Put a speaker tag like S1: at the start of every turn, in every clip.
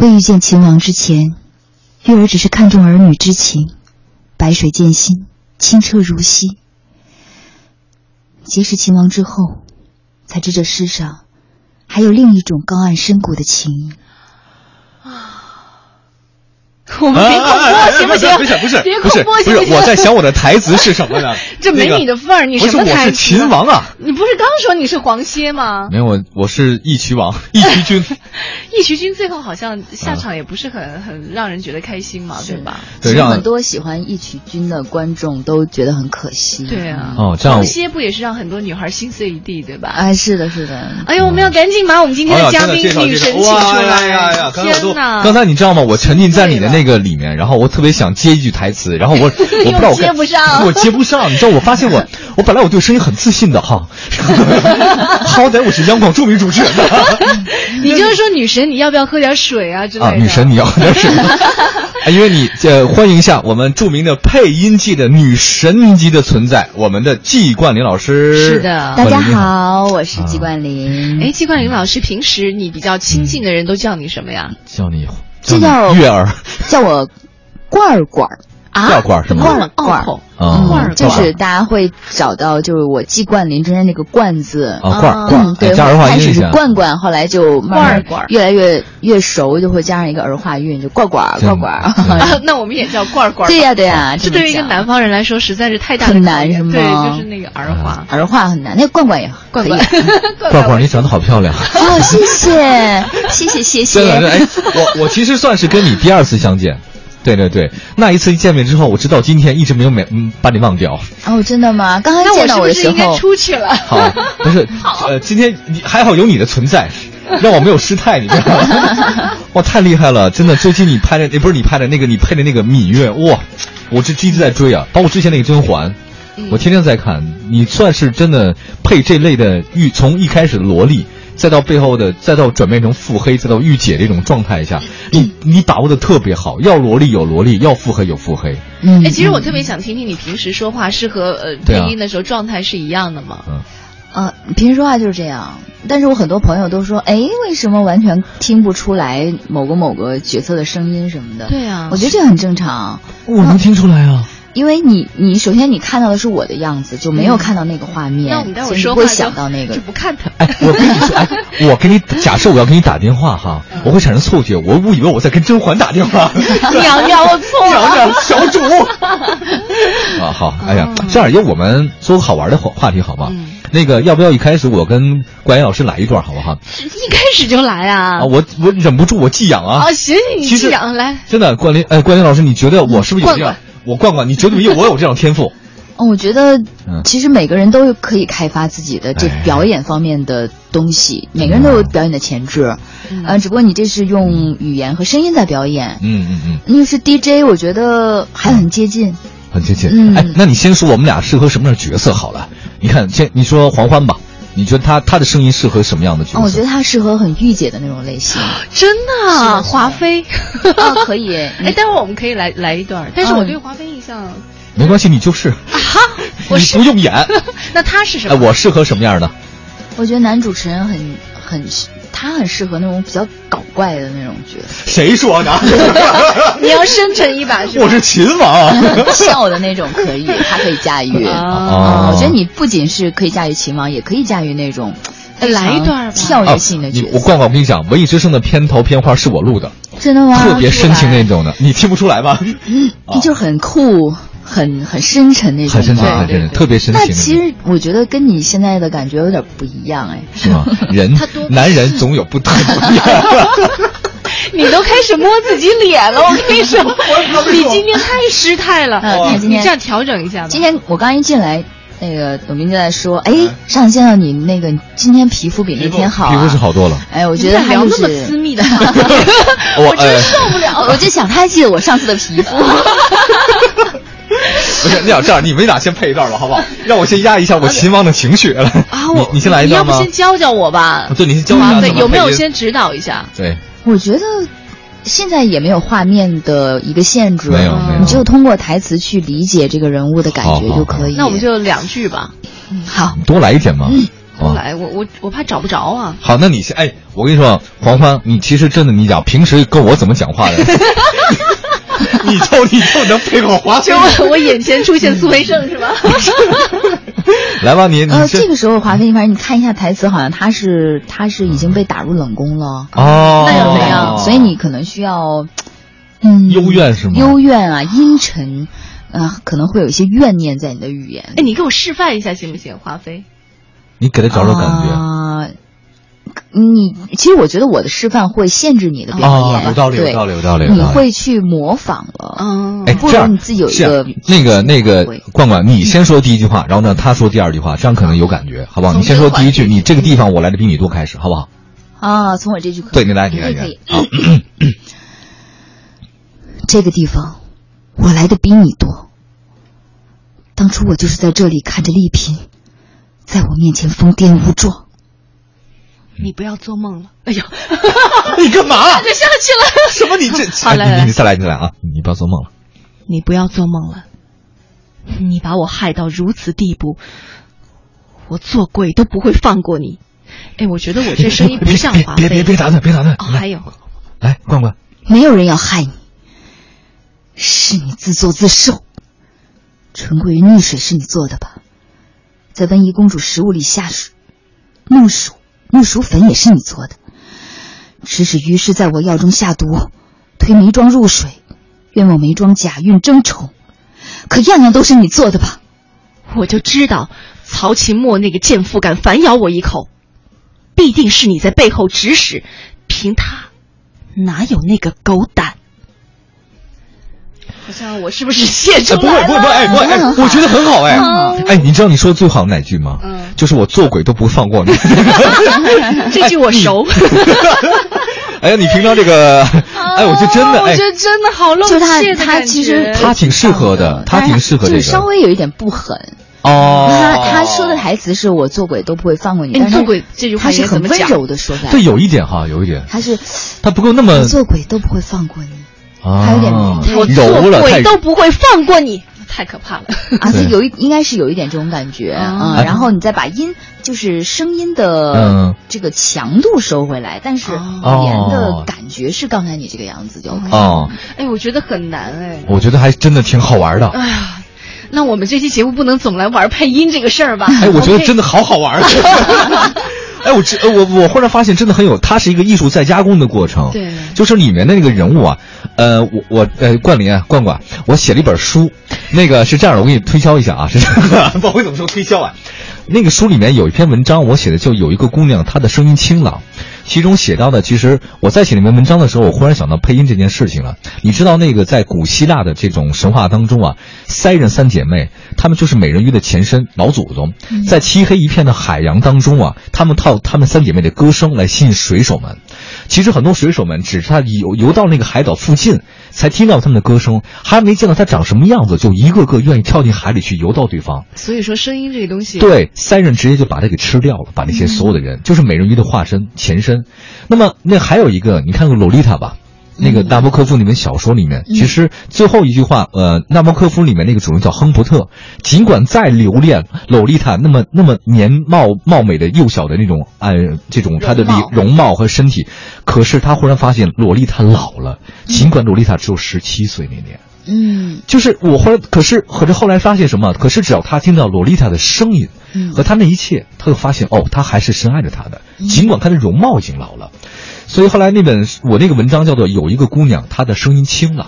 S1: 未遇见秦王之前，月儿只是看重儿女之情，白水见心，清澈如溪。结识秦王之后，才知这世上还有另一种高岸深谷的情谊。
S2: 我们别
S3: 啊
S2: 口播行
S3: 哎不
S2: 行？
S3: 不是不是
S2: 别
S3: 不
S2: 口
S3: 是
S2: 播
S3: 不
S2: 行
S3: 是，
S2: 行？？
S3: 我在想我的台词是什么呢
S2: 这没你的份儿你
S3: 那个不
S2: 什
S3: 是
S2: 么
S3: 我
S2: 台
S3: 是
S2: 词
S3: 秦王啊！
S2: 你不是刚说你是黄歇吗？
S3: 没有我我是义渠王，义渠 君。
S2: 义渠君最后好像
S3: 嗯
S2: 下场也不是很很让人觉得开心嘛，对吧？
S3: 对
S4: 其实
S3: 让
S4: 很多喜欢义渠君的观众都觉得很可惜。嗯
S2: 对啊，
S3: 哦这样
S2: 黄歇不也是让很多女孩心碎一地，对吧？
S1: 啊
S4: 哎，是的，是的，
S2: 哎呦，我们要赶紧把我们今天
S3: 哎呀
S2: 的嘉
S3: 真的
S2: 宾
S3: 介绍
S2: 女
S3: 介绍
S2: 神请出
S3: 哇哎
S2: 来！
S3: 呀呀呀！刚才我都
S2: 天哪！
S3: 刚才你知道吗？我沉浸在你的那个里面，然后我特别想接一句台词，然 后我我不知道我
S2: 又接不上
S3: 我接不上。你知道，我发 现我我本来我对声音很自信的哈， 好歹我是央广著名主持人的
S2: 你就是说女神，你要不要喝点水啊之类的？
S3: 啊，女神你要喝 点水吗。哎因为你呃，欢迎一下我们著名的配音界的女神级的存在，我们的季冠霖老师。
S2: 是的
S4: 大家
S3: 冠霖你好，
S4: 好，我是季冠霖。
S2: 哎，季冠霖老师，平时你比较亲近的人都叫你什么呀？
S3: 叫你
S4: 这
S3: 你
S4: 叫
S3: 月儿
S4: 叫我罐儿罐儿，
S2: 啊，
S3: 吊罐儿是吗
S2: 罐儿
S4: 罐儿
S2: 罐儿
S3: 啊
S2: 罐儿
S4: 嗯就是大家会找到，就是我季冠霖中间那个冠字。
S2: 哦
S3: 啊，罐儿罐
S4: 嗯
S3: 儿，，
S4: 对，
S3: 加儿化
S4: 开
S3: 音
S4: 始
S3: 一
S4: 是
S3: 下。
S4: 罐罐，后来就慢慢
S2: 罐儿罐儿
S4: 越来越越熟，就会加上一个儿化韵，就罐罐儿
S3: 真的
S4: 罐罐儿。
S3: 对
S2: 啊，那我们也叫罐儿罐儿。
S4: 对呀对呀，
S2: 这
S4: 么
S2: 对于一个
S4: 讲
S2: 南方人来说实在是太大的
S4: 很
S2: 考
S4: 难
S2: 验
S4: 是吗嗯
S2: 对，就是那个儿化。
S4: 儿化很难，那个罐罐也可
S2: 罐
S4: 以啊
S2: 罐，
S3: 罐罐，你长得好漂亮。
S4: 哦，谢谢，谢谢，谢
S3: 真的，
S4: 谢。
S3: 哎，我我其实算是跟你第二次相见，对对对，那一次见面之后，我直到今天一直没有没嗯把你忘掉。
S4: 哦，真的吗？刚刚
S2: 那
S4: 见
S2: 我
S4: 到
S2: 是不
S4: 的
S2: 是
S4: 时
S2: 应该
S4: 候，
S2: 出去了？
S3: 好，但是呃，今天你还好有你的存在，让我没有失态，你知道吗？哇，太厉害了，真的！最近你拍的，哎那不是你拍的那个，你配的那个《芈月》，哇，我这一直在追啊，包括之前那个《甄嬛》。我天天在看，你算是真的配这类的御，从一开始的萝莉，再到背后的，再到转变成腹黑，再到御姐这种状态下，你你把握的特别好，要萝莉有萝莉，要腹黑有腹黑，
S4: 嗯
S2: 哎，其实我特别想听听你平时说话是和呃
S3: 对啊
S2: 配音的时候状态是一样的吗？
S3: 嗯，
S4: 呃，平时说话就是这样，但是我很多朋友都说，哎，为什么完全听不出来某个某个角色的声音什么的？
S2: 对啊
S4: 我觉得这很正常，
S3: 我能听出来啊，
S4: 因为你你首先你看到的是我的样子，就没有看到那个画面，
S2: 嗯那我们待
S4: 所
S2: 会儿
S4: 以你
S2: 说
S4: 不
S2: 话
S4: 会
S2: 就
S4: 想到那个
S2: 就。不看他。
S3: 哎，我跟你说，哎，我跟你假设我要给你打电话哈，我会产生错觉，我误以为我在跟甄嬛打电话，
S2: 娘娘，我错
S3: 娘
S2: 了。
S3: 娘小主。啊，好，哎呀，这样，要我们做个好玩的话话题好吗？
S2: 嗯
S3: 那个，要不要一开始我跟管岩老师来一段好不好？
S2: 一开始就来啊
S3: 啊，！我我忍不住我寄养啊
S2: 啊，！行，你
S3: 其实
S2: 这样来。
S3: 真的，冠霖，哎，冠霖老师，你觉得我是不是有这样？我冠冠，你觉得没有我有这种天赋？
S4: 哦，我觉得
S3: 嗯
S4: 其实每个人都可以开发自己的这
S3: 哎
S4: 表演方面的东西，每个人都有表演的潜质，嗯、只不过你这是用语言和声音在表演。
S3: 嗯嗯嗯，
S4: 你是 DJ，我觉得还很接近。
S3: 很接近。
S4: 嗯
S3: 哎，那你先说我们俩适合什么样的角色好了？你看，先你说黄欢吧，你觉得他他的声音适合什么样的角色？
S4: 啊，我觉得他适合很御姐的那种类 型。
S2: 真的啊，华妃。
S4: 啊，可以。
S2: 哎，待会儿我们可以来来一段儿，但是我对华妃印
S4: 嗯
S2: 象，
S3: 没关系，你就是，
S2: 我
S3: 你
S2: 是
S3: 不用演。
S2: 那她是什
S3: 哎，
S2: 么？
S3: 我适合什么样的？
S4: 我觉得男主持人很很，他很适合那种比较搞怪的那种角色，
S3: 谁说 的？
S2: 你要深沉一把是吧？
S3: 我是秦王。
S4: 笑的那种可以，他可以驾 驭。
S2: 啊
S4: 嗯，
S3: 哦
S4: 我觉得你不仅是可以驾驭秦王，也可以驾驭那种非常
S2: 哎来一段吧
S4: 跳
S3: 啊
S4: 跃性的
S3: 你
S4: 角
S3: 我
S4: 色。
S3: 冠冠，我跟你讲，《文艺之声》的片头片花是我录的，
S4: 真的吗？
S3: 特别深情那
S4: 是吧，嗯
S3: 种的，你听不出来吗？啊
S4: 你就是很酷、很很深沉那种。
S3: 很深情，
S2: 对
S3: 很
S2: 对
S3: 深情，
S2: 对
S3: 特别深情
S4: 那
S3: 那种。
S4: 其实我觉得跟你现在的感觉有点不一样哎。
S3: 是吗？人
S2: 他多
S3: 男人总有不同 的。
S2: 你都开始摸自己脸了，我跟你 说，你今天太失态
S3: 哦
S2: 了，
S4: 嗯
S2: 你
S4: 看今天
S2: 你这样调整一下吧。
S4: 今天我刚一进来，那个董明就在说，哎，上次见到你那个今天皮肤比那天好、啊，
S3: 嗯皮肤是。好多了。
S4: 哎，我
S2: 我
S4: 觉得他
S2: 聊
S4: 就
S2: 那么
S4: 是
S2: 私密的，
S3: 我
S2: 真
S3: 呃，
S2: 受不了了。
S4: 我就想他还记得我上次的皮 肤。
S3: 不是，那这样你们俩先配一段吧，好不好？让我先压一下我秦王的情绪。来
S2: 啊，
S3: 你
S2: 我
S3: 你先来一
S2: 你要
S3: 段
S2: 不
S3: 吗
S2: 先？教教我吧？
S3: 对，你先教我
S2: 华
S3: 一下
S2: 妃
S3: 怎么
S2: 有没有
S3: 配音
S2: 先指导一下？
S3: 对，
S4: 我觉得现在也没有画面的一个限制，
S3: 没有没有
S4: 你就通过台词去理解这个人物的感
S3: 好
S4: 觉
S3: 好
S4: 就可以。
S2: 那我们就两句吧。
S4: 好，
S3: 你多来一点嘛。啊
S2: 出来，我我我怕找不着啊。
S3: 好，那你先哎，我跟你说，黄欢，你其实真的，你讲平时跟我怎么讲话的，你就你就能配合黄
S2: 就
S3: 轩。
S2: 我我眼前出现苏
S3: 嗯
S2: 培盛是吧？
S3: 来吧，你你
S4: 呃，
S3: 先
S4: 这个时候华妃，反正你看一下台词，好像他是他是已经被打入冷宫了，
S3: 哦，
S4: 哎
S2: 那又怎样
S4: 所以你可能需要，嗯，
S3: 幽怨是吗？
S4: 幽怨啊，阴沉，啊，可能会有一些怨念在你的语言
S2: 哎，，你给我示范一下行不行？华妃，
S3: 你给他找找感觉。
S4: 啊你其实我觉得我的示范会限制你的表
S3: 哦
S4: 演，，
S3: 有道理，有
S4: 对
S3: 道理，有道理，有
S4: 你
S3: 道理。
S4: 会去模仿了。
S2: 嗯
S3: 哎，
S4: 不如
S3: 这样
S4: 你自己有一
S3: 这样
S4: 个
S3: 那个那个
S4: 体会
S3: 冠冠，你先说第一句话，然后呢，他说第二句话，这样可能有感觉，好不好？
S2: 从
S3: 你先说第一句，
S2: 这个
S3: 你这个地方我来的比你多开始，好不好？
S4: 啊，从我这句可以
S3: 对，你来，你
S4: 可
S3: 来，
S4: 以
S3: 你来嗯
S4: 可以。
S3: 好，
S4: 这个地方，我来的比你多。当初我就是在这里看着丽嫔，在我面前疯癫无状。
S2: 你不要做梦了。哎呦，
S3: 你干 嘛？
S2: 得下去了。
S3: 什么？你 这
S2: 好来
S3: 哎你
S2: 来
S3: 你再来，你再来啊！你不要做梦了。
S2: 你不要做梦了，你把我害到如此地步，我做鬼都不会放过你。哎，我觉得我这声音不像华妃。
S3: 别别别别打断，别打断
S2: 哦，！还有，
S3: 来，冠 冠，
S4: 没有人要害你，是你自作自受。纯贵人溺水是你做的吧？在温宜公主食物里下水，木薯木薯粉也是你做的。指使于是在我药中下毒，推眉庄入水，冤枉眉庄假孕争宠，可样样都是你做的吧？
S2: 我就知道曹琴墨那个贱妇敢反咬我一口，必定是你在背后指使。凭他，哪有那个狗胆？好像我是不是谢
S3: 哎，
S2: 出
S3: 不会
S2: 来
S3: 不会
S2: 了？
S3: 不会，哎不会，哎，我觉得很好哎
S4: 好
S3: 哎，你知道你说的最好的哪句吗？
S2: 嗯
S3: 就是我做鬼都不放 过你。
S2: 这句我熟。
S3: 哎，你平常这个，哎，我觉得 真的，哎，
S2: 真的好露
S4: 就是他他其实哎
S3: 他挺适合的他挺适合这
S4: 就
S3: 个
S4: 是稍微有一点不狠。
S3: 哦，
S4: 他他说的台词是我做鬼都不会放过你，
S2: 哎你
S4: 但是
S2: 做鬼这句话
S4: 他是
S2: 应该怎
S4: 很
S2: 么
S4: 温
S2: 讲
S4: 柔的说法，
S3: 对，有一点哈，有一点，
S4: 他是
S3: 他不够那么
S4: 我做鬼都不会放过你
S3: 啊，
S4: 还有点
S2: 我
S3: 柔
S2: 做
S3: 了，太
S2: 鬼都不会放过你，太可怕了。
S4: 啊，
S3: 对
S4: 他有一应该是有一点这种感觉
S2: 啊
S4: 啊，嗯然后你再把音就是声音
S3: 嗯
S4: 的这个强度收回来，但是语
S2: 哦
S4: 言的感觉是刚才你这个样子就 OK。
S3: 哦，
S2: 哎，我觉得很难哎。
S3: 我觉得还真的挺好玩的。
S2: 哎呀，那我们这期节目不能总来玩配音这个事儿吧？
S3: 哎， 我觉得
S2: OK
S3: 真的好好玩。哎，我知呃我我忽然发现，真的很有，它是一个艺术再加工的过程。
S2: 对
S3: 就是里面的那个人物啊，呃，我我呃，冠霖啊，冠冠，我写了一本书，那个是这样的，我给你推销一下啊，是不好意思，怎么说推销啊？那个书里面有一篇文章，我写的就有一个姑娘，她的声音清朗，其中写到的，其实我在写那篇文章的时候，我忽然想到配音这件事情了。你知道那个在古希腊的这种神话当中啊，塞壬三姐妹，她们就是美人鱼的前身，老祖宗，在漆黑一片的海洋当中啊，她们靠她们三姐妹的歌声来吸引水手们。其实很多水手们只是他游游到那个海岛附近，才听到他们的歌声，还没见到他长什么样子，就一个个愿意跳进海里去游到对方。
S2: 所以说声音这个东西，，
S3: 对，三人直接就把他给吃掉了，把那些所有的人，就是美人鱼的化身前身。那么那还有一个，你看过《洛丽塔》吧？那个纳博科夫那本小说里面，其实最后一句话，呃，纳博科夫里面那个主人叫亨伯特，尽管再留恋洛丽塔那么那么年貌貌美的幼小的那种，呃，这种她的容
S4: 容貌
S3: 容貌和身体，可是他忽然发现洛丽塔老了，尽管洛丽塔只有十七岁那年。
S4: 嗯，
S3: 就是我后来，可是可是后来发现什么？可是只要他听到洛丽塔的声音
S4: 嗯
S3: 和他那一切，他就发现哦，他还是深爱着她的，
S2: 嗯
S3: 尽管她的容貌已经老了。所以后来那本我那个文章叫做《有一个姑娘，她的声音轻了》。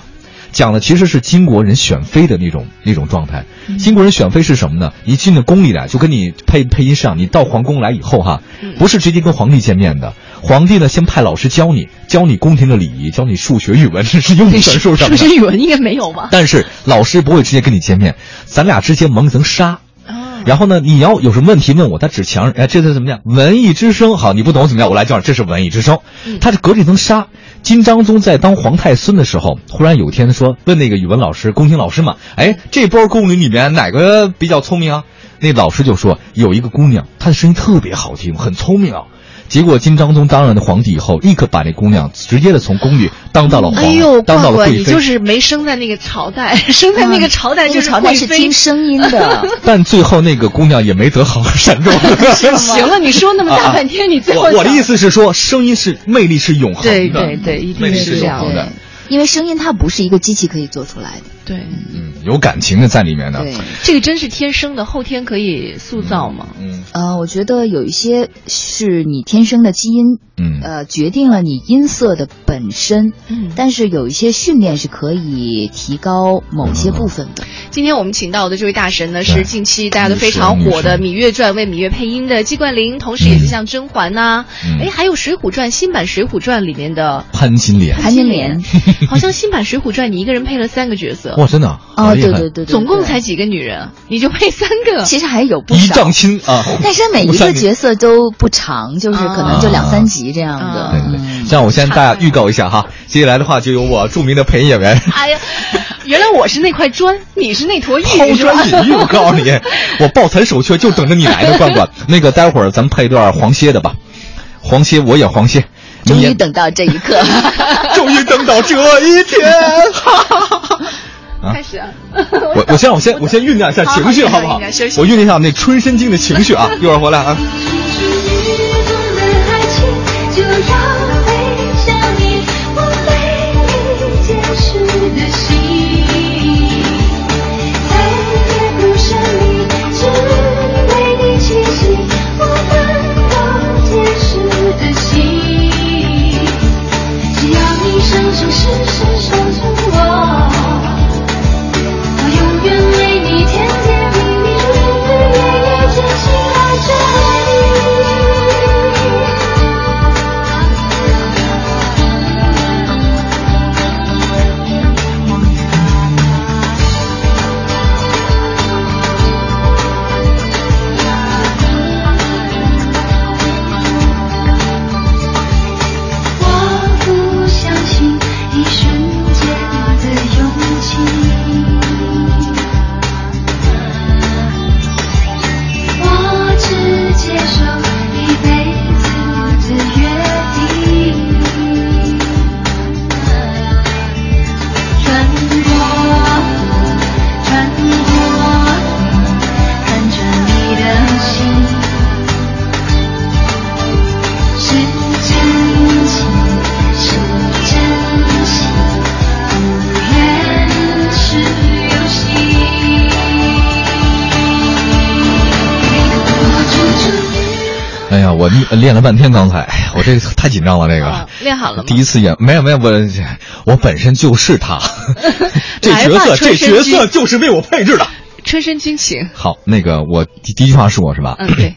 S3: 讲的其实是金国人选妃的那种那种状态。
S2: 嗯
S3: 金国人选妃是什么呢？你进了宫里来，就跟你配配音上，你到皇宫来以后哈，
S2: 嗯
S3: 不是直接跟皇帝见面的。皇帝呢，先派老师教你，教你宫廷的礼仪，教你数学、语文，这是用语算术
S2: 是
S3: 上
S2: 不
S3: 的。
S2: 是语文应该没有吧？
S3: 但是老师不会直接跟你见面，咱俩之间蒙一层纱。
S2: 啊，
S3: 然后呢，你要有什么问题问我，他只强哎，这是怎么样？文艺之声，好，你不懂怎么样？我来教你，这是文艺之声。
S2: 嗯
S3: 他是隔着一层纱。金章宗在当皇太孙的时候，忽然有一天说，问那个语文老师、宫廷老师嘛，哎，这波宫女里面哪个比较聪明啊？那老师就说有一个姑娘，她的声音特别好听，很聪明啊。结果金章宗当上皇帝以后，立刻把那姑娘直接的从宫里当到了皇，
S2: 哎呦，
S3: 当到
S2: 冠
S3: 了
S2: 冠，
S3: 贵
S2: 你
S3: 妃。
S2: 就是没生在那个朝代， 生在那个朝代
S4: 那
S2: 啊就
S4: 个
S2: 是
S4: 朝代
S2: 贵
S4: 嗯是
S2: 妃
S4: 听。声音的，
S3: 但最后那个姑娘也没得好好善终。
S2: 行了，你说那么大半天，你 最后
S3: 啊我我的
S2: 想
S3: 意思是说，声音是魅力是永恒的，嗯
S2: 对对对一定
S3: 魅力
S2: 是
S3: 是
S2: 这
S3: 永
S2: 样
S3: 恒的
S4: 对，，因为声音它不是一个机器可以做出来的，
S2: 对，
S3: 嗯，有感情的在里面的。
S4: 对。
S2: 这个真是天生的，后天可以塑造嘛。
S3: 嗯
S4: 呃，我觉得有一些是你天生的基因，
S3: 嗯
S4: 呃，决定了你音色的本身，
S2: 嗯
S4: 但是有一些训练是可以提高某些部分的。
S3: 嗯
S2: 今天我们请到的这位大神呢，
S3: 对嗯
S2: 是近期大家都非常火的《
S3: 女
S2: 芈
S3: 神
S2: 月传》为芈月配音的季冠霖，同时也是像甄嬛呐、
S3: 嗯
S2: 哎、还有《水浒传》新版《水浒传》里面的
S3: 潘金莲，
S4: 潘金莲，
S2: 好像新版《水浒传》你一个人配了三个角色，
S3: 哇，真的啊好
S4: 哦，
S3: 厉
S4: 对
S3: 害
S4: 对对对，
S2: 总共
S4: 对
S2: 才几个女人，你就配三 个，
S4: 其实还有不
S3: 一
S4: 少
S3: 丈。青啊！
S4: 但是 每一个角色都不长，就是可能就两三集这样的。
S2: 啊
S3: 对对对，
S4: 嗯
S3: 这样我先大家预告一下哈，接下来的话就由我著名的配音演 员
S2: 哎呀，原来我是那块砖，你是那坨 玉，
S3: 抛
S2: 是吧
S3: 砖引玉，我 告 诉你，我抱残守缺，就等着你来呢，冠冠。那个，待会儿咱们配一段黄歇的吧，黄歇我演黄歇，
S4: 终
S3: 你
S4: 于
S3: 演，
S4: 等到这一 刻，
S3: 终于等到这一天。啊
S2: 开始啊！
S3: 我我先我先我先酝酿一下情绪，
S2: 好
S3: 好不好？
S2: 好酝酿
S3: 我
S2: 一下休息
S3: 酝酿一下我们那春申经的情 绪啊，一会儿回来啊。
S5: 就要飞向你我为你坚持的心，再也不想你，只为你栖息我们都坚实的心。只要你伸出时时守住我，我永远为你甜甜蜜蜜，日日夜夜真心爱着你。我不相信一瞬间的勇气。我只接受一辈子的约定。穿过我，穿过我，看着你的心。是真心，是真心，不愿是游戏。我处处。
S3: 哎呀，我练练了半天，刚才哎我这个太紧张了，这
S2: 啊
S3: 个。
S2: 练好了吗
S3: 第？一次演没有没有我我本身就是 他，这
S2: 来
S3: 角
S2: 吧
S3: 色这
S2: 春申
S3: 角色
S2: 君
S3: 就是为我配置的。
S2: 春申君 情，
S3: 好，那个我第第一句话是我是吧？
S2: 嗯，对，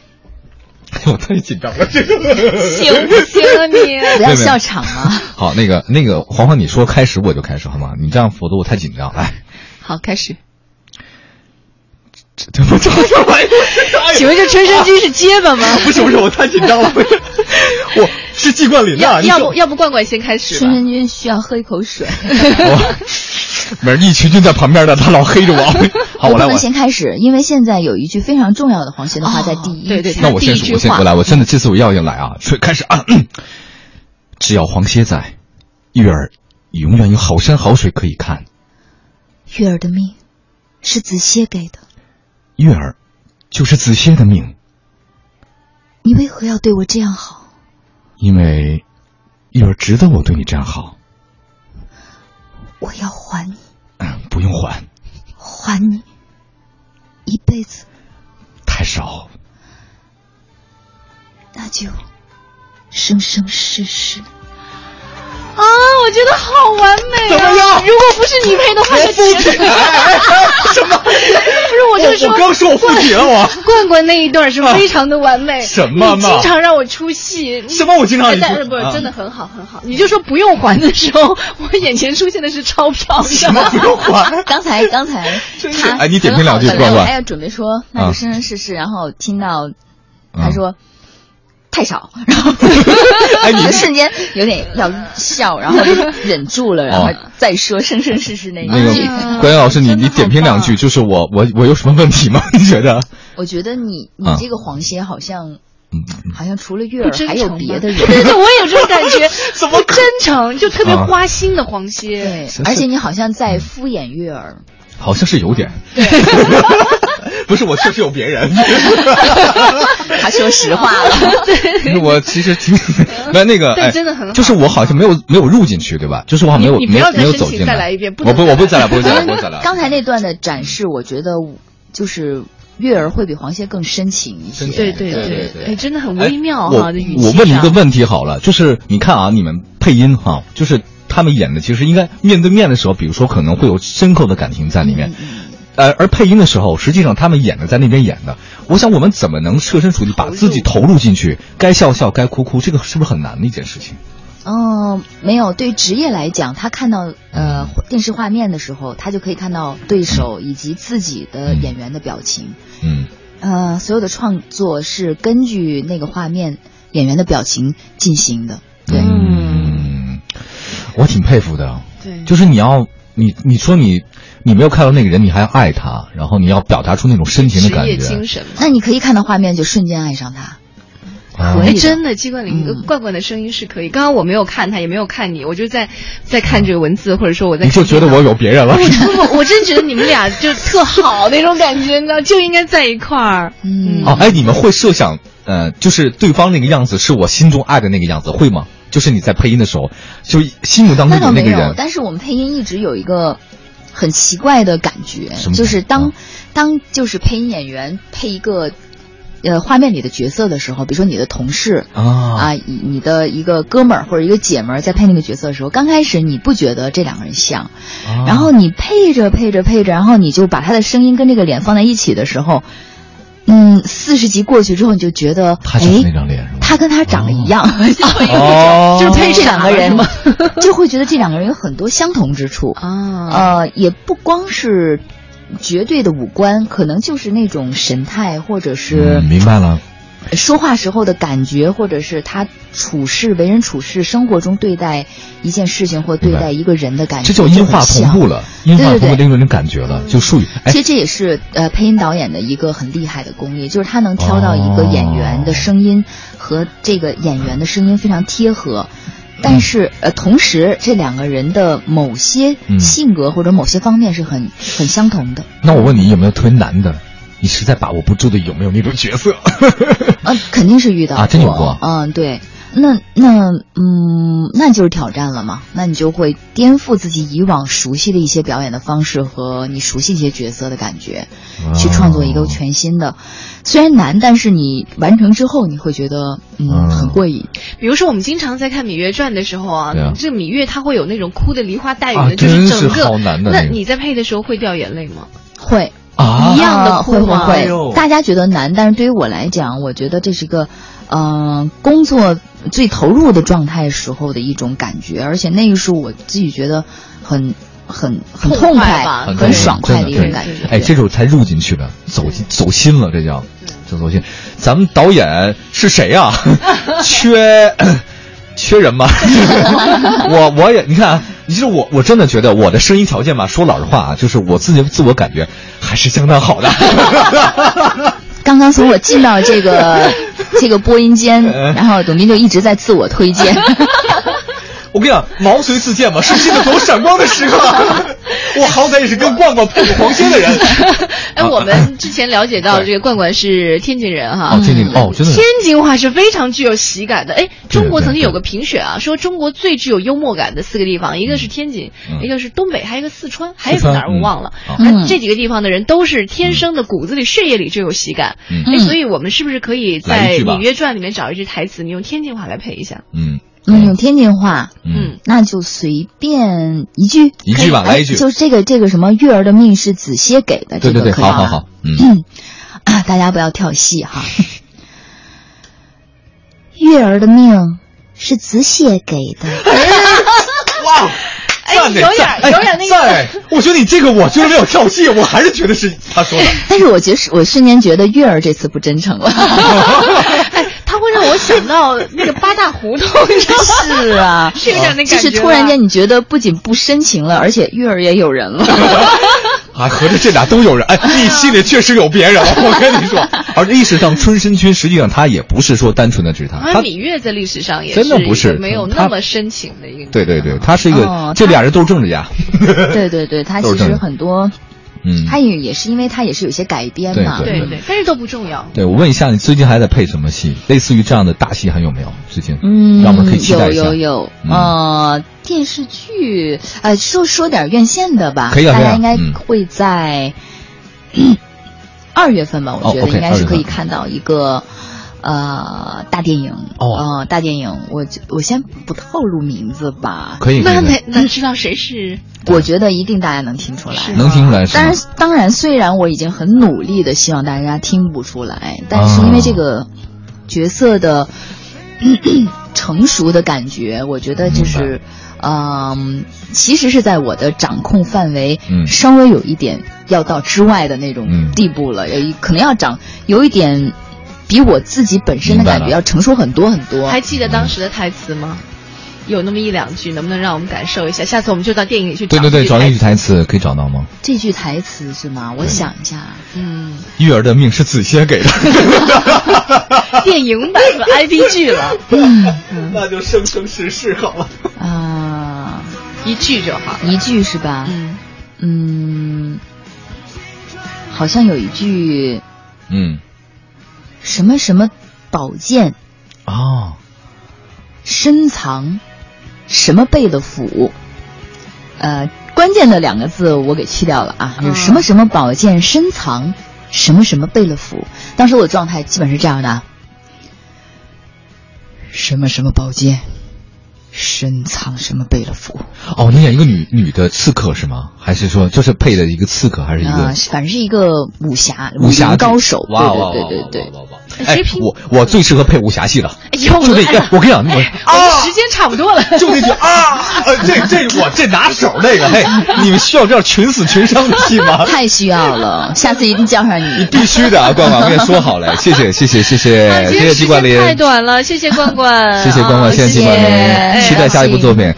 S3: 我太紧张了，这个。
S2: 行不行啊你？
S3: 哎
S4: 不要笑场啊！
S3: 好，那个那个，黄黄，你说开始我就开始好吗？你这样否则我太紧张。哎来，
S2: 好，开始。
S3: 这我这什么玩意儿？
S2: 请问这春申君是结巴吗？
S3: 不是不是，我太紧 张了。我是季冠霖
S2: 要
S3: 啊，你
S2: 要
S3: 说
S2: 不要不冠冠先开始吧
S4: 春？申君需要喝一口水。
S3: 我哦没事，易群群在旁边呢，他老黑着 我。好，我
S4: 不
S3: 来，
S4: 能
S3: 我
S4: 先开始，因为现在有一句非常重要的黄轩的话在第一。
S2: 哦对对对
S3: 那我先
S2: 第一句
S3: 数，我先
S2: 话
S3: 过来，我真的这次我要硬来啊！所以开始啊，嗯只要黄歇在，月儿永远有好山好水可以看。
S4: 月儿的命是子歇给的，
S3: 月儿就是子歇的命，
S4: 你为何要对我这样好？
S3: 因为月儿值得我对你这样好。
S4: 我要还你，
S3: 嗯，不用还，
S4: 还你一辈子，
S3: 太少。
S4: 那就生生世世。
S2: 啊，我觉得好完美、啊。
S3: 怎么样
S2: 如果不是你配的话，就
S3: 附 体！哎哎哎什 么？
S2: 不是我就说，
S3: 我刚说我附体了，我
S2: 冠冠那一段是非常的完美。
S3: 哎什么
S2: 你
S3: 嘛
S2: 经常让我出戏。你
S3: 什么我经常
S2: 哎
S3: 你
S2: 但
S3: 出
S2: 是不是
S3: 啊
S2: 真的很好很好？你就说不用还的时 候，我眼前出现的是钞票。
S3: 什么不用还？
S4: 啊刚才刚才
S3: 真是
S4: 他
S3: 哎你点评两句
S4: 很好
S3: 冠冠
S4: 本来
S2: 哎
S4: 我还要哎啊准备说那就生生世世，然后听到他说。太 少，然后
S3: 哎 你
S4: 我就瞬间有点要笑，然后就忍住了，然后
S3: 哦
S4: 再说生生世世那
S3: 那
S4: 一
S3: 个
S4: 句。哎
S3: 关宇老师，你
S4: 真的
S3: 你点评
S4: 好棒
S3: 两 句，就是我我我有什么问题吗？你觉得？
S4: 我觉得你你
S3: 嗯
S4: 这个黄歇好像好像除了月
S2: 不
S4: 儿
S2: 真
S4: 啊还
S2: 诚
S4: 有
S2: 吗
S4: 别的人。
S2: 对 对，我也有 这种感觉，
S3: 怎么
S2: 不真诚，就特别
S3: 啊
S2: 花心的黄歇。
S4: 对
S3: 是，
S4: 而且你好像在敷衍月儿。
S3: 好像是有点。 不是我确实有别人，
S4: 他说实话了，
S3: 我其 实挺没有那个，
S2: 但
S3: 哎
S2: 真的很好
S3: 就是我好像没有没有入进去，对吧？就是我好像没有
S2: 你你不
S3: 没
S2: 要
S3: 有
S2: 再
S3: 没有
S2: 申请
S3: 走进
S2: 再来一遍不
S3: 我
S2: 能
S3: 不
S2: 再
S3: 我不再来，不会再来，
S4: 因
S3: 不
S4: 为
S3: 会再来。
S4: 刚才那段的展示，我觉得我就是月儿会比黄歇更深情一些。
S3: 深情
S2: 对
S3: 对对
S2: 对
S3: 对
S2: 哎，真的很
S3: 哎
S2: 微妙
S3: 我
S2: 哈，这语气
S3: 我问你一
S2: 上
S3: 个问题好了，就是你看啊，你们配音哈、就是他们演的，其实应该面对面的时候，比如说可能会有深刻的感情在里面。
S2: 嗯
S3: 呃，而配音的时候，实际上他们演的在那边演的，我想我们怎么能设身处地把自己投入进去？该笑笑，该哭哭，这个是不是很难的一件事情？
S4: 哦，没有，对职业来讲，他看到呃电视画面的时候，他就可以看到对手以及自己的
S3: 嗯
S4: 演员的表情。
S3: 嗯，
S4: 呃，所有的创作是根据那个画面演员的表情进行的。对，
S3: 嗯，我挺佩服的。
S2: 对，
S3: 就是你要你你说你你没有看到那个人，你还要爱他，然后你要表达出那种深情的
S2: 职
S3: 感
S2: 业
S3: 觉，
S2: 精神嘛。
S4: 那你可以看到画面就瞬间爱上他。
S3: 啊
S4: 可以的
S2: 哎，真的，鸡冠霖
S4: 嗯
S2: 冠冠的声音是可以。刚刚我没有看他，也没有看你，我就在在看这个文字，或者说我在
S3: 你就
S2: 看
S3: 觉得
S2: 电脑
S3: 我有别人了？
S2: 不不，我真觉得你们俩就特好那种感觉，你知道，就应该在一块儿。
S4: 嗯
S3: 哦，哎，你们会设想，呃，就是对方那个样子是我心中爱的那个样子，会吗？就是你在配音的时候，就心目当
S4: 那
S3: 中
S4: 倒
S3: 有
S4: 没
S3: 个
S4: 有，
S3: 人，
S4: 但是我们配音一直有一个很奇怪的感觉
S3: 什么感，觉
S4: 就是当、
S3: 啊
S4: 当就是配音演员配一个呃画面里的角色的时候，比如说你的同事。
S3: 啊，
S4: 啊，你你的一个哥们儿或者一个姐们儿在配那个角色的时候，刚开始你不觉得这两个人像，
S3: 啊嗯
S4: 然后你配着配着配着，然后你就把他的声音跟这个脸放在一起的时候，嗯，四十集过去之后，你就觉得，
S3: 他就是
S4: 哎
S3: 那张脸是吗
S4: 他跟他长得一样， 就会有一种
S3: 哦
S4: 就是配这
S2: 傻
S4: 两个
S2: 了
S4: 人
S2: 是吗，
S4: 就会觉得这两个人有很多相同之 处。
S2: 啊，
S4: 呃，也不光是绝对的五官，可能就是那种神态，或者是
S3: 嗯明白了，
S4: 说话时候的感觉，或者是他处事、为人处事、生活中对待一件事情或对
S3: 明白
S4: 待一个人的感觉，
S3: 这就音画同步
S4: 了。
S3: 了，音画
S4: 对对
S3: 同步
S4: 对
S3: 这种感觉了，就术语，哎
S4: 其，实这也是呃配音导演的一个很厉害的功力，就是他能挑到一个演员的声音和这个演员的声音非常贴合，
S3: 嗯
S4: 但是呃同时这两个人的某些
S3: 嗯
S4: 性格或者某些方面是很很相同的。
S3: 那我问你有没有特别难的？你实在把握不住的有没有那种角 色？
S4: 呃，肯定是遇到
S3: 啊真有过
S4: 嗯，对。那那嗯，那就是挑战了嘛。那你就会颠覆自己以往熟悉的一些表演的方式和你熟悉一些角色的感觉，
S3: 啊
S4: 去创作一个全新的。虽然难，但是你完成之后，你会觉得嗯
S3: 嗯
S4: 很过瘾。
S2: 比如说我们经常在看《芈月传》的时候啊，
S3: 对啊
S2: 这芈月她会有那种哭的梨花带雨的，
S3: 啊
S2: 就是
S3: 真
S2: 整
S3: 是
S2: 个。
S3: 好难的
S2: 那
S3: 那个
S2: 你在配的时候会掉眼泪吗？
S4: 会
S3: 啊
S4: 一样的
S2: 啊
S4: 哭
S2: 会
S4: 吗？
S2: 吗
S3: 哎呦
S4: 会。大家觉得难，但是对于我来讲，我觉得这是一个，呃，工作最投入的状态时候的一种感觉，而且那个是我自己觉得很很很
S2: 痛
S4: 痛
S2: 快
S4: 快
S2: 吧、
S3: 很
S4: 很爽
S3: 爽
S4: 快的一种
S3: 真的
S4: 感
S2: 对
S4: 觉。
S3: 哎，这种才入进去了，走进走心了，这叫就走心。咱们导演是谁呀、缺缺人吗？我我也你看啊，其实我我真的觉得我的声音条件吧，说老实话啊，就是我自己自我感觉还是相当好的。
S4: 刚刚从我进到这 个这个播音间，
S3: 嗯
S4: 然后董斌就一直在自我推 荐。
S3: 我跟你讲，毛遂自荐嘛，是心里头闪光的时刻。我好歹也是跟逛逛配过黄金的人。
S2: 哎，我们之前了解到这个冠冠是天津人哈，
S3: 啊哦，天津哦，真的
S2: 天津话是非常具有喜感的。哎，
S3: 对
S2: 中国曾经
S3: 对
S2: 有个评选啊，说中国最具有幽默感的四个地方，一个是天津，
S3: 嗯
S2: 一个是东北，还有一个四川，还有一
S3: 四
S2: 个
S3: 川
S2: 哪儿我
S3: 嗯
S2: 忘了。
S3: 好
S2: 那这几个地方的人都是天生的骨子里、血液里就有喜感。
S3: 嗯
S2: 哎，所以我们是不是可以
S3: 来
S2: 在
S3: 一句
S2: 《
S3: 吧
S2: 芈月传》里面找一句台词，你用天津话来配一下？
S3: 嗯
S4: 嗯，用天津话，
S3: 嗯，
S4: 那就随便一句，
S3: 一句吧
S4: 可以
S3: 来一句
S4: 哎就这个这个什么月儿的命是子歇给的，
S3: 对对对，
S4: 这个可以吗
S3: 好好好，嗯。
S4: 啊，大家不要跳戏哈。 月儿的命是子谢给的，
S3: 哇！
S2: 哎
S3: 赞
S2: 有点
S3: 赞哎
S2: 有点那个
S3: 赞哎我觉得你这个，我觉得没有跳戏，我还是觉得是他说的。
S4: 但是我觉得是我瞬间觉得月儿这次不真 诚了。
S6: 嗯
S2: 哎，它会让我想到那个八大 胡同，你知道吗？
S4: 是啊，
S2: 是有点那感觉
S4: 就
S2: 吧。
S4: 是突然间你觉得不仅不深情了，而且月儿也有人了。
S3: 啊，合着这俩都有人，哎，你心里确实有别人，我跟你说。 而历史上春申君，实际上他也不是说单纯的只是他，
S4: 啊
S6: 好
S3: 他
S6: 像芈月在历史上也
S3: 真的
S6: 是一
S3: 不
S6: 个
S3: 是
S6: 没有
S3: 他
S6: 那么深情的一个女
S3: 对对
S6: 人
S3: 对，
S6: 啊
S3: 他是一个，
S4: 哦
S3: 这俩人都是政治家。
S4: 对对对，他
S3: 都
S4: 其
S3: 是这
S4: 实
S3: 样
S4: 很多，
S3: 嗯，
S4: 他也也是因为他也是有些改编嘛。
S3: 对
S6: 对对，但是都不重要。
S3: 对我问一下，你最近还在配什么戏？类似于这样的大戏还有没有？最近，
S4: 嗯，
S3: 让我们可以期待
S4: 有
S3: 一下。
S4: 有有，
S3: 嗯
S4: 呃，电视剧，呃，说说点院线的吧，
S3: 可以啊
S4: 大
S3: 可以
S4: 家
S3: 啊
S4: 应该
S3: 嗯
S4: 会在二、月份吧，我
S3: 哦
S4: 觉得
S3: OK，
S4: 应该
S3: 2
S4: 是
S3: 月
S4: 可以
S3: 份
S4: 看到一个。呃，大电影
S3: 哦
S4: 呃，大电影，我就我先不透露名字吧，
S3: 可以，可以
S2: 那
S3: 可以
S2: 哪
S6: 嗯
S2: 哪知道谁是？
S4: 我觉得一定大家能听出来。
S3: 能听出来是
S4: 当
S3: 吗
S4: 然，当然，虽然我已经很努力的希望大家听不出来，
S3: 啊
S4: 但是因为这个角色的、 成熟的感觉，我觉得就是，嗯、其实是在我的掌控范围
S3: 嗯
S4: 稍微有一点要到之外的那种
S3: 嗯
S4: 地步了，有一可能要长有一点比我自己本身的
S3: 明
S4: 感
S3: 白
S4: 觉
S3: 了
S4: 要成熟很多很多。
S6: 还记得当时的台词吗？有那么一两句，能不能让我们感受一下？下次我们就到电影里去
S3: 对对对，
S6: 找
S3: 找
S6: 那
S3: 一
S6: 句
S3: 句
S6: 台词。
S3: 台词可以找到吗？
S4: 这句台词是吗？我想一下，
S6: 嗯，
S3: 育儿的命是子 歇给的，
S6: 电影版 和 IP 剧了，
S3: 那就生生世世好了。
S4: 啊、
S6: 一句就好。
S4: 一句是吧？
S6: 嗯，
S4: 嗯，好像有一句
S3: 嗯，
S4: 什么什么宝剑
S3: 哦，
S4: 深藏什么贝勒府，呃，关键的两个字我给去掉了啊，就是什么什么宝剑深藏什么什么贝勒府。当时我的状态基本是这样的啊：什么什么宝剑深藏什么贝勒府
S3: 哦，你演一个女女的刺客是吗？还是说就是配的一个刺客，还是一
S4: 啊
S3: 个，
S4: 反正是一个武侠
S3: 武侠
S4: 林
S3: 剧
S4: 高手，
S3: 哇哇哇
S4: 对对对
S3: 哇
S4: 对对。
S3: 哇哇哇哎
S6: 谁评，
S3: 我我最适合配武侠戏了，
S6: 以后我
S3: 就
S6: 们
S3: 那个，我跟你讲，我
S6: 我们嗯时间差不多了。
S3: 就那句啊，呃，这这我这拿手那个，嘿，你们需要这样群死群伤的戏吗？
S4: 太需要了，下次一定叫上
S3: 你
S4: 你。
S3: 必须的啊，冠冠，我跟你说好了，谢谢谢谢谢
S6: 啊
S3: 哎谢
S6: 今
S3: 谢
S6: 天
S3: 谢
S6: 时
S3: 季冠霖
S6: 间，太短了，谢谢冠冠，
S2: 哦
S3: 谢谢冠冠，
S6: 啊
S3: 谢谢季冠霖，
S4: 谢谢
S3: 期待下一部作品。